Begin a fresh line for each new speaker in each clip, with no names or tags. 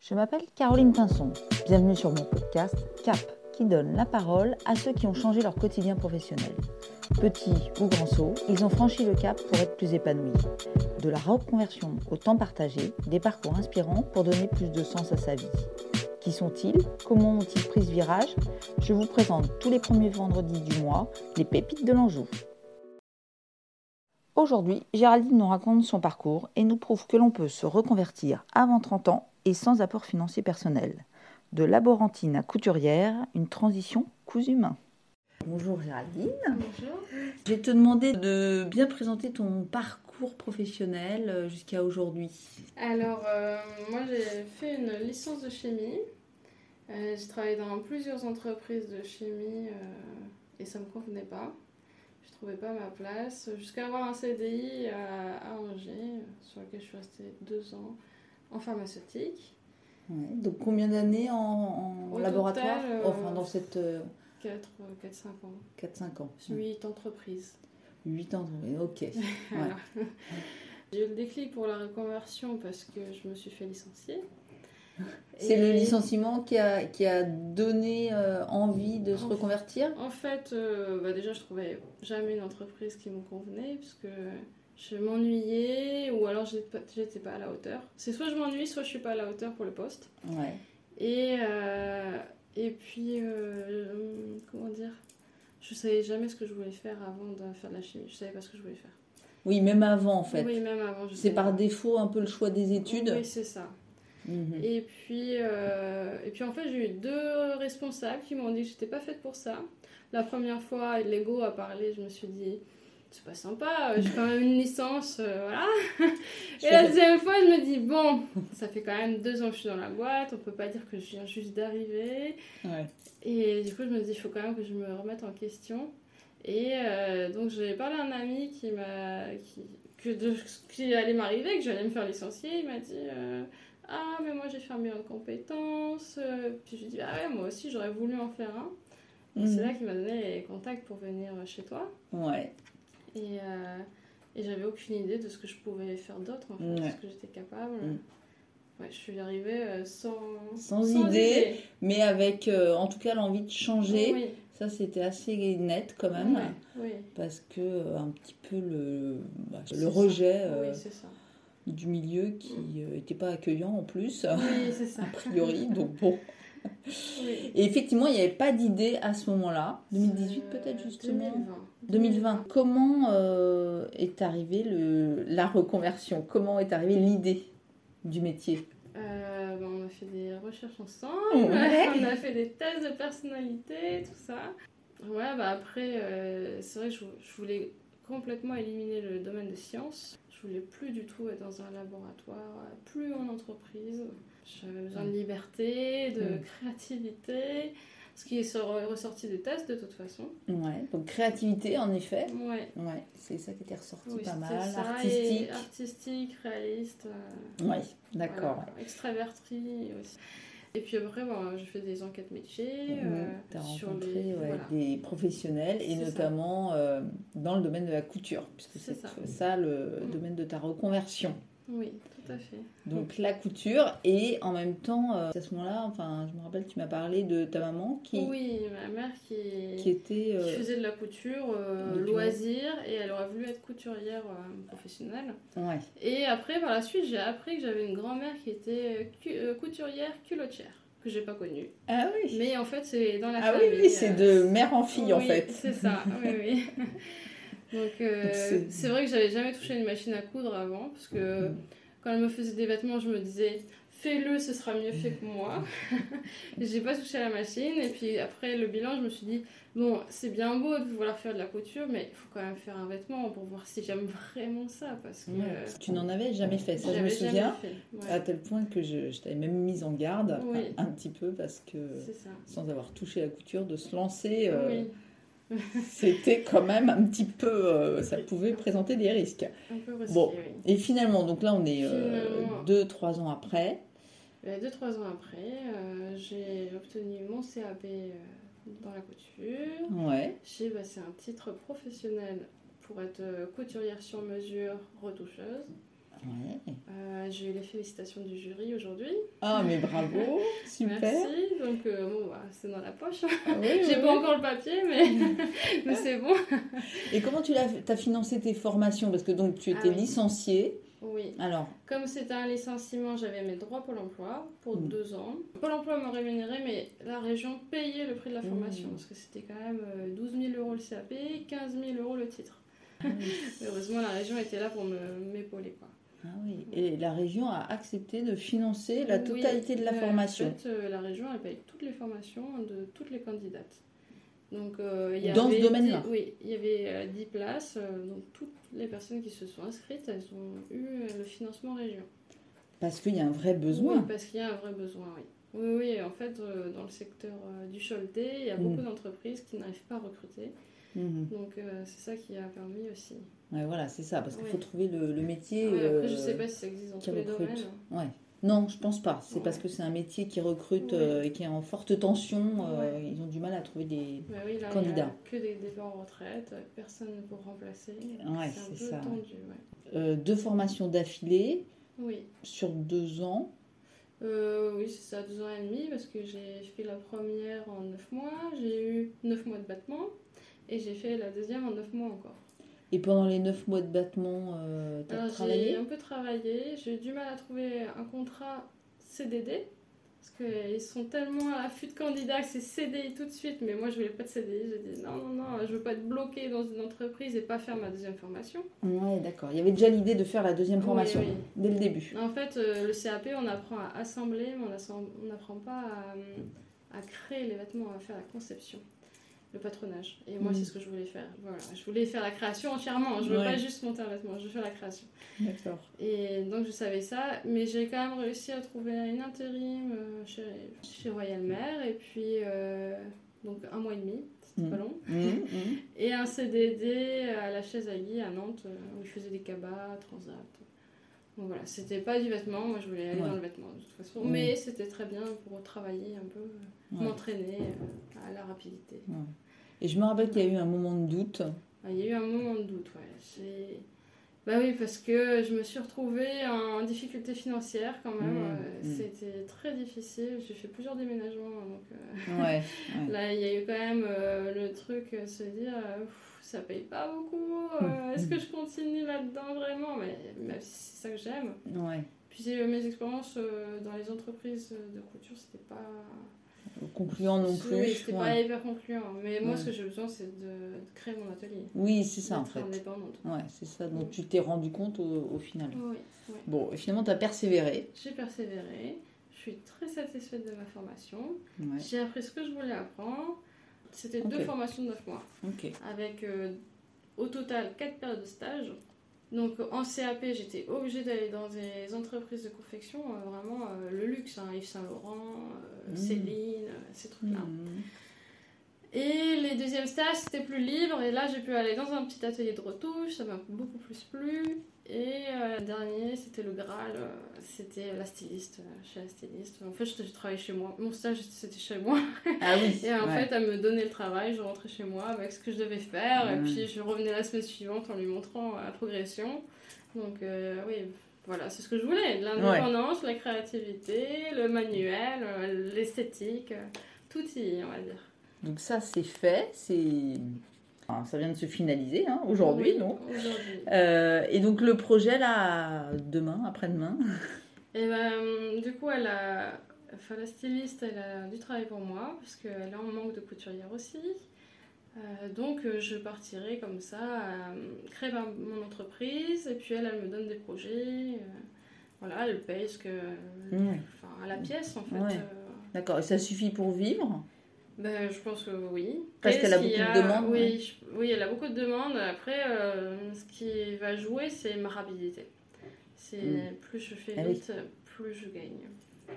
Je m'appelle Caroline Pinson. Bienvenue sur mon podcast CAP, qui donne la parole à ceux qui ont changé leur quotidien professionnel. Petits ou grands sauts, ils ont franchi le cap pour être plus épanouis. De la reconversion au temps partagé, des parcours inspirants pour donner plus de sens à sa vie. Qui sont-ils Comment ont-ils pris ce virage Je vous présente tous les premiers vendredis du mois les pépites de l'Anjou. Aujourd'hui, Géraldine nous raconte son parcours et nous prouve que l'on peut se reconvertir avant 30 ans et sans apport financier personnel. De laborantine à couturière, une transition cousu-main. Bonjour Géraldine.
Bonjour.
Je vais te demander de bien présenter ton parcours professionnel euh, jusqu'à aujourd'hui.
Alors, euh, moi j'ai fait une licence de chimie. Euh, j'ai travaillé dans plusieurs entreprises de chimie euh, et ça me convenait pas. Je trouvais pas ma place. Jusqu'à avoir un CDI à, à Angers, euh, sur lequel je suis restée deux ans en pharmaceutique.
Ouais, donc combien d'années en, en
Au
laboratoire Oh,
total, euh,
Enfin, dans cette
4, 4-5 ans.
4-5 ans.
8 entreprises.
8 ans, oui, ok.
Voilà. J'ai eu le déclic pour la reconversion parce que je me suis fait licencier.
C'est le
Et-
licenciement qui a, qui a donné euh, envie de se reconvertir
En fait, euh, bah déjà, je trouvais jamais une entreprise qui me convenait parce que je m'ennuyais ou alors j'ai pas- j'étais pas à la hauteur. C'est soit je m'ennuie, soit je suis pas à la hauteur pour le poste.
Ouais.
Et, euh, et puis, euh, hum, comment dire Je savais jamais ce que je voulais faire avant de faire de la chimie. Je savais pas ce que je voulais faire.
Oui, même avant en fait.
Oui, même avant. je
C'est
savais
par
pas.
défaut un peu le choix des études.
Oui, c'est ça.
Mhm.
Et puis, euh, et puis en fait, j'ai eu deux responsables qui m'ont dit que j'étais pas faite pour ça. La première fois, l'ego a parlé, je me suis dit, c'est pas sympa, euh, j'ai quand même une licence, euh, voilà.
Je
Et la
fais-
deuxième fois, je me dis, bon, ça fait quand même deux ans que je suis dans la boîte, on peut pas dire que je viens juste d'arriver.
Ouais.
Et du coup, je me dis, il faut quand même que je me remette en question. Et euh, donc, j'ai parlé à un ami qui m'a. Qui, que de- qui allait m'arriver, que j'allais me faire licencier. Il m'a dit, euh, ah, mais moi j'ai fait un bilan de compétences. Euh, Puis je lui ai dit, ah ouais, moi aussi j'aurais voulu en faire un.
Mhm.
Et C'est là qu'il m'a donné les contacts pour venir chez toi.
Ouais.
Et, euh, et j'avais aucune idée de ce que je pouvais faire d'autre, en fait,
Ouais.
de ce que j'étais capable.
Mm.
Ouais, je suis arrivée euh, sans,
Sans idée, mais avec euh, en tout cas l'envie de changer.
Oui,
Ça, c'était assez net quand même,
ouais, oui,
parce que euh, un petit peu le, bah,
C'est
le
ça.
rejet euh,
oui, c'est ça.
du milieu qui n'était pas accueillant en plus, a
Oui, c'est ça.
priori. donc bon.
Oui.
Et effectivement, il n'y avait pas d'idée à ce moment-là. 2018
Euh,
peut-être justement.
2020.
2020. Comment euh, est arrivée le, la reconversion Comment est arrivée l'idée du métier
Euh, ben, on a fait des recherches ensemble,
Ouais.
on a fait des tests de personnalité, tout ça. Ouais, bah après, euh, c'est vrai que je, je voulais complètement éliminer le domaine des sciences. Je voulais plus du tout être dans un laboratoire, euh, plus en entreprise. J'avais besoin de liberté, de
Mm.
créativité, ce qui est sor- ressorti des tests de toute façon.
Ouais, donc créativité en effet.
Ouais.
Ouais, c'est ça qui était ressorti
Oui,
pas
c'était
mal.
ça,
Artistique.
et artistique, réaliste. euh,
Oui, d'accord.
Voilà, extravertie aussi. Et puis après, bon, je fais des enquêtes métiers.
Ouais,
euh,
Mhm. t'as
sur
rencontré
les-
ouais,
voilà.
des professionnels et
C'est ça.
notamment euh, dans le domaine de la couture, puisque
C'est
c'est
ça.
ça, le
Mm.
domaine de ta reconversion.
Oui, tout à fait.
Donc la couture et en même temps, euh, à ce moment-là, enfin, je me rappelle, tu m'as parlé de ta maman qui,
Oui, ma mère qui,
qui était...
qui
euh,
faisait de la couture euh,
depuis-
loisir et elle aurait voulu être couturière euh, professionnelle.
ouais.
Et après, par la suite, j'ai appris que j'avais une grand-mère qui était euh, cu- euh, couturière culottière, que j'ai pas connue.
Ah oui
Mais en fait, c'est dans la
Ah oui,
famille.
oui, c'est
euh,
de mère en fille en
Oui,
fait.
C'est ça, oui, oui. Donc, euh,
Donc, c'est-
c'est vrai que j'avais jamais touché une machine à coudre avant, parce que
Mm.
quand elle me faisait des vêtements, je me disais fais-le, ce sera mieux fait que moi. J'ai pas touché à la machine, et puis après le bilan, je me suis dit bon, c'est bien beau de vouloir faire de la couture, mais il faut quand même faire un vêtement pour voir si j'aime vraiment ça, parce que.
Ouais.
euh,
Tu n'en avais jamais fait, ça je me
j'avais jamais
souviens. Ah,
fait. Ouais,
À tel point que je, je t'avais même mise en garde
Oui.
un, un petit peu parce que
C'est ça.
sans avoir touché la couture, de se lancer, euh,
Oui,
c'était quand même un petit peu, euh, ça pouvait présenter des risques.
un peu risqué,
Bon.
oui.
Et finalement, donc là on est
Finalement.
2-3 ans après.
Euh, Deux, trois ans après, euh, j'ai obtenu mon CAP euh, dans la couture.
Ouais.
J'ai passé un titre professionnel pour être euh, couturière sur mesure retoucheuse.
Ouais.
Euh, j'ai eu les félicitations du jury aujourd'hui.
Ah, mais bravo, super.
Merci. Donc, euh, bon, bah, c'est dans la poche.
Ah oui, oui,
J'ai
oui.
pas encore le papier, mais, mais c'est bon.
Et comment tu as, as financé tes formations Parce que donc tu
Ah
étais
oui.
licenciée.
Oui.
Alors,
Comme c'était un licenciement, j'avais mes droits Pôle emploi pour
Mm.
deux ans. Pôle emploi me rémunérait, mais la région payait le prix de la
Mm.
formation. Parce que c'était quand même euh, 12 000 euros le CAP, 15 000 euros le titre.
ah oui.
Mais heureusement, la région était là pour me- m'épauler. quoi.
Ah oui, et la région a accepté de financer la
Oui,
totalité de la
euh, En
formation.
fait, euh, la région, elle paye toutes les formations de toutes les candidates. Donc, euh, il y
Dans ce
avait dix-
domaine-là.
Oui, il y avait euh, 10 places. euh, donc, toutes les personnes qui se sont inscrites, elles ont eu euh, le financement région.
Parce qu'il y a un vrai besoin.
Oui, parce qu'il y a un vrai besoin, oui. Oui, oui, en fait, euh, dans le secteur euh, du Choletais, il y a
Mm.
beaucoup d'entreprises qui n'arrivent pas à recruter.
Mhm.
Donc, euh, c'est ça qui a permis aussi.
Ouais, voilà, c'est ça, parce qu'il
Oui.
faut trouver le, le métier.
Ouais, après, je
euh,
sais pas si ça existe dans
qui
tous les
recrute.
domaines. hein.
Ouais. Non, je pense pas. C'est
Ouais.
parce que c'est un métier qui recrute
Ouais.
euh, et qui est en forte tension. euh,
Ouais.
Ils ont du mal à trouver des.
Mais oui, là, il y a
Candidat.
que des départs en retraite, personne pour remplacer.
Ouais,
c'est un
c'est
peu
ça.
tendu, ouais.
Euh, deux formations d'affilée
Oui,
sur deux ans.
Euh, oui c'est ça, deux ans et demi, parce que j'ai fait la première en neuf mois, j'ai eu neuf mois de battement, et j'ai fait la deuxième en neuf mois encore.
Et pendant les neuf mois de battement, tu as
Alors, Euh, j'ai
travaillé
un peu travaillé, j'ai eu du mal à trouver un contrat CDD, parce qu'ils sont tellement à l'affût de candidats que c'est CDI tout de suite, mais moi je voulais pas de CDI, j'ai dit non, non, non, je veux pas être bloquée dans une entreprise et pas faire ma deuxième formation.
Ouais, d'accord. Il y avait déjà l'idée de faire la deuxième
Oui,
formation
oui.
dès le début.
En fait, euh, le CAP, on apprend à assembler, mais on assemb- on n'apprend pas à, euh, à créer les vêtements, à faire la conception, le patronage. Et moi,
Mhm.
c'est ce que je voulais faire. Voilà, je voulais faire la création entièrement. hein. Je ne veux
Ouais.
pas juste monter un vêtement, je veux faire la création.
D'accord.
Et donc, je savais ça, mais j'ai quand même réussi à trouver une intérim euh, chez, chez Royal Mail, et puis euh, donc un mois et demi, c'était
Mhm.
pas long.
Mhm, mhm.
Et un CDD à la chaise à Guy à Nantes, euh, où je faisais des cabas, transat. Donc voilà, c'était pas du vêtement, moi je voulais aller
Ouais.
dans le vêtement de toute façon.
Ouais.
Mais c'était très bien pour travailler un peu, euh,
Ouais.
m'entraîner euh, à la rapidité.
Et je me rappelle qu'il y a eu un moment de doute.
Ah, Il y a eu un moment de doute, ouais. J'ai- Bah oui, parce que je me suis retrouvée en difficulté financière quand même.
Mmh,
euh,
mmh.
C'était très difficile, j'ai fait plusieurs déménagements. Donc, euh,
Ouais.
Là, il y a eu quand même euh, le truc euh, se dire euh, Pff, ça paye pas beaucoup,
Mmh.
euh, est-ce que je continue là-dedans vraiment Mais même si c'est ça que j'aime.
ouais.
Puis j'ai eu mes expériences euh, dans les entreprises de couture, c'était pas.
Concluant non
Oui,
plus.
C'était
ouais.
pas hyper concluant. Mais moi,
Ouais.
ce que j'ai besoin, c'est de créer mon atelier.
Oui, c'est ça en
d'être
fait.
indépendante.
Ouais, c'est ça dont tu t'es rendu compte au, au final.
Oui, oui.
Bon, et finalement, tu as persévéré.
J'ai persévéré, je suis très satisfaite de ma formation.
Ouais.
J'ai appris ce que je voulais apprendre. C'était deux
Ok.
formations de 9 mois.
Ok.
avec euh, au total 4 périodes de stage. Donc en CAP, j'étais obligée d'aller dans des entreprises de confection, euh, vraiment euh, le luxe, hein, Yves Saint Laurent, euh,
Mmh.
Céline, euh, ces trucs-là.
Mhm.
Et les deuxièmes stages, c'était plus libre, et là j'ai pu aller dans un petit atelier de retouche, ça m'a beaucoup plus plu. Et euh, le dernier, c'était le Graal, euh, c'était la styliste, euh, chez la styliste. En fait, je, je travaillais chez moi, mon stage c'était chez moi.
Ah oui.
Et en
ouais.
fait, elle me donnait le travail, je rentrais chez moi avec ce que je devais faire, et
Ouais.
puis je revenais la semaine suivante en lui montrant euh, la progression. Donc, euh, oui, voilà, c'est ce que je voulais l'indépendance, la créativité, le manuel, euh, l'esthétique, euh, tout y est, on va dire.
Donc ça, c'est fait. C'est. Enfin, ça vient de se finaliser hein, aujourd'hui,
Oui,
non
Aujourd'hui.
Euh, Et donc le projet là, demain, après-demain.
Et ben, euh, du coup, elle a. Enfin, la styliste, elle a du travail pour moi, parce qu'elle est en manque de couturière aussi. Euh, donc, euh, je partirai comme ça, euh, créer ma- mon entreprise, et puis elle, elle me donne des projets. euh, voilà, elle paye ce que.
Ouais.
Enfin, à la pièce, en fait.
Mmh. Ouais.
euh,
D'accord. Et ça suffit pour vivre.
ben, je pense que oui.
Parce
Après,
qu'elle a
ce qu'il y
beaucoup de demandes,
Oui, je- oui, elle a beaucoup de demandes. Après, euh, ce qui va jouer, c'est ma rapidité. C'est
Mm.
plus je fais
Ah oui.
vite, plus je gagne.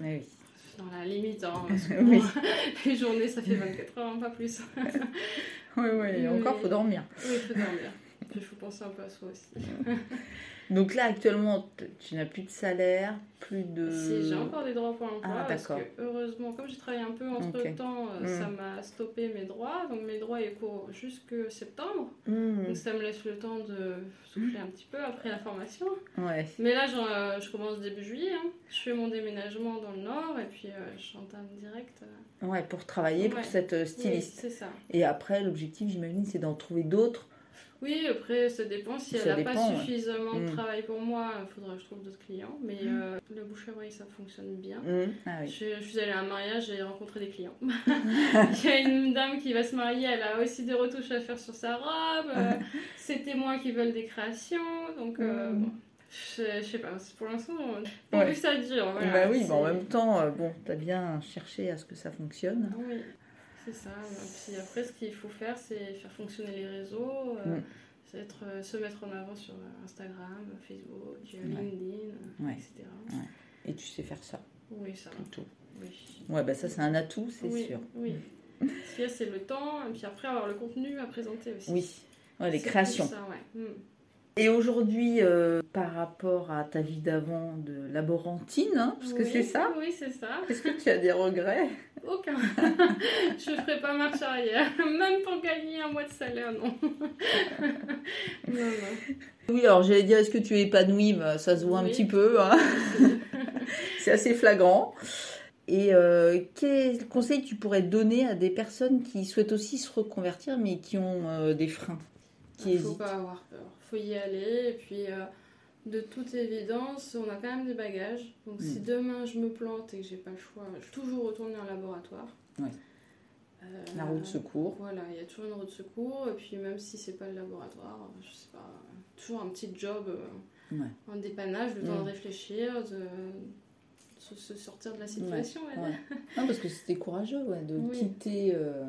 Ouais, oui.
Dans la limite, hein, parce que
Oui. Hmm.
bon, les journées, ça fait 24 heures, hein, pas plus.
Oui, oui.
Oui.
Encore, faut dormir.
Oui, il faut dormir. Il faut penser un peu à soi aussi.
Donc là, actuellement, t- tu n'as plus de salaire, plus de.
Si j'ai encore des droits pour l'emploi,
Euh, Ah,
parce que
d'accord.
heureusement, comme j'ai travaillé un peu entre temps, euh,
Mm.
ça m'a stoppé mes droits. Donc mes droits ils courent jusque septembre.
Hmm,
Donc ça me laisse le temps de souffler un petit peu après la formation.
Ouais.
Mais là, j'en- euh, je commence début juillet. hein. Je fais mon déménagement dans le nord et puis euh, j'entame direct. euh,
Ouais, pour travailler
Ouais.
pour cette euh,
oui,
styliste.
c'est ça.
Et après, l'objectif, j'imagine, c'est d'en trouver d'autres.
Oui, après, ça dépend. Si
Ça
elle n'a
dépend,
pas
ouais.
suffisamment de
Mm.
travail pour moi, il faudra que je trouve d'autres clients. Mais
Mm.
euh, le bouche à oreille, ça fonctionne bien.
Hmm, Ah oui.
Je, je suis allée à un mariage et j'ai rencontré des clients. Il y a une dame qui va se marier, elle a aussi des retouches à faire sur sa robe. euh, ses témoins qui veulent des créations. Donc, euh,
Mm.
bon, je, je sais pas, c'est- pour l'instant, on...
Ouais.
vu que ça dure. Voilà,
bah oui,
c'est-
bah en même temps, euh, bon, t'as bien cherché à ce que ça fonctionne.
Oui, c'est ça. Et puis après, ce qu'il faut faire, c'est faire fonctionner les réseaux, euh,
Mm.
c'est être, euh, se mettre en avant sur euh, Instagram, Facebook, euh,
Ouais.
LinkedIn, euh,
Ouais.
etc.
Et tu sais faire ça,
Oui, ça.
plutôt.
Oui.
Ouais, bah ça, c'est un atout, c'est
oui,
sûr.
Oui. Ce qu'il y a, c'est le temps, et puis après avoir le contenu à présenter aussi.
Oui. Ouais, les
C'est plus
créations.
ça, ouais. Mm.
Et aujourd'hui, euh, par rapport à ta vie d'avant de laborantine, hein, parce que
Oui,
c'est ça,
Oui, c'est ça.
est-ce que tu as des regrets
Aucun. je ferai pas marche arrière. Même pour gagner un mois de salaire, non. non, non.
Oui, alors j'allais dire, est-ce que tu es épanouie Bah, Ça se voit un
Oui.
petit peu, hein. c'est assez flagrant. Et euh, quel conseil tu pourrais donner à des personnes qui souhaitent aussi se reconvertir, mais qui ont euh, des freins, qui
Il Ah, faut
hésitent
pas avoir peur, faut y aller. Et puis, euh, de toute évidence, on a quand même des bagages. Donc, si
Mm.
demain je me plante et que j'ai pas le choix, je vais toujours retourner en laboratoire.
Ouais.
Euh,
La roue de secours.
Voilà, il y a toujours une roue de secours. Et puis, même si c'est pas le laboratoire, euh, je sais pas, euh, toujours un petit job euh,
Ouais.
en dépannage, le temps
Mm.
de réfléchir, de, se, se sortir de la situation. on va dire.
Ouais. Non, parce que c'était courageux ouais, de
Oui. Mm.
quitter euh,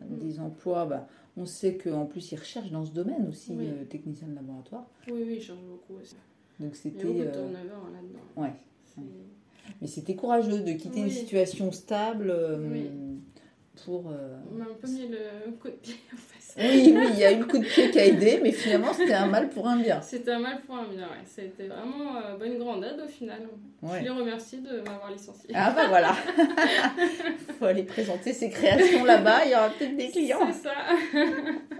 des emplois. Bah, on sait qu'en plus, ils recherchent dans ce domaine aussi,
Oui.
euh, technicien de laboratoire.
Oui, oui, je change beaucoup aussi.
Donc
Il y a beaucoup
c'était.
de
euh,
turnover hein, là-dedans.
ouais.
C'est-
Mais c'était courageux de quitter une
Oui.
situation stable euh,
Oui.
pour. euh,
On a un peu mis le coup de pied en face.
Oui, oui, il y a eu le coup de pied qui a aidé, mais finalement, c'était un mal pour un bien.
C'était un mal pour un bien, ouais. C'était vraiment euh, bah, une grande aide au final. Je
Ouais.
les remercie de m'avoir licencié.
Ah bah voilà. Faut aller présenter ses créations là-bas, il y aura peut-être des clients.
C'est ça.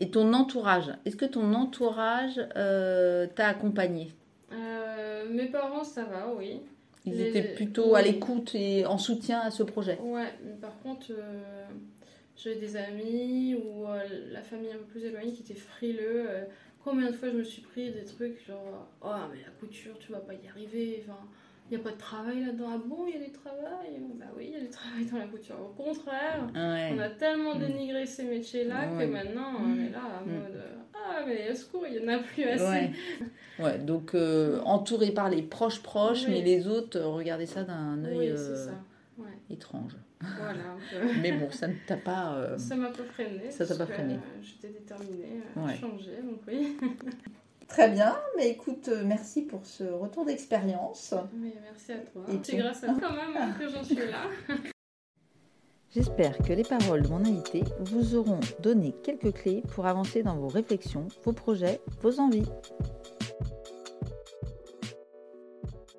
Et ton entourage, est-ce que ton entourage euh, t'a accompagné
Euh, mes parents, ça va, oui.
Ils
Les-
étaient plutôt à
oui.
l'écoute et en soutien à ce projet.
Ouais, mais par contre, euh, j'ai des amis ou euh, la famille un peu plus éloignée qui était frileux. euh, combien de fois je me suis pris des trucs genre Oh, mais la couture, tu vas pas y arriver. Enfin, il n'y a pas de travail là-dedans. Ah bon, il y a du travail Bah oui, il y a du travail dans la couture. Au contraire.
Ouais.
On a tellement
Mm.
dénigré ces métiers-là
Ah
que
ouais.
maintenant on est là en
Mm.
mode euh, Ah, mais au secours, il n'y en a plus assez.
Ouais. Ouais, donc euh, entouré par les proches proches,
Oui.
mais les autres, euh, regardez ça d'un
Oui,
œil
c'est
euh,
ça. Ouais.
étrange.
Voilà, un peu.
Mais bon, ça ne t'a pas. euh,
ça m'a pas freiné. euh,
Ça t'a pas freinée.
J'étais déterminée à
Ouais.
changer, donc oui.
Très bien, mais écoute, euh, merci pour ce retour d'expérience.
Mais merci à toi.
Et
C'est
toi
grâce à toi, maman, que j'en suis là.
J'espère que les paroles de mon invité vous auront donné quelques clés pour avancer dans vos réflexions, vos projets, vos envies.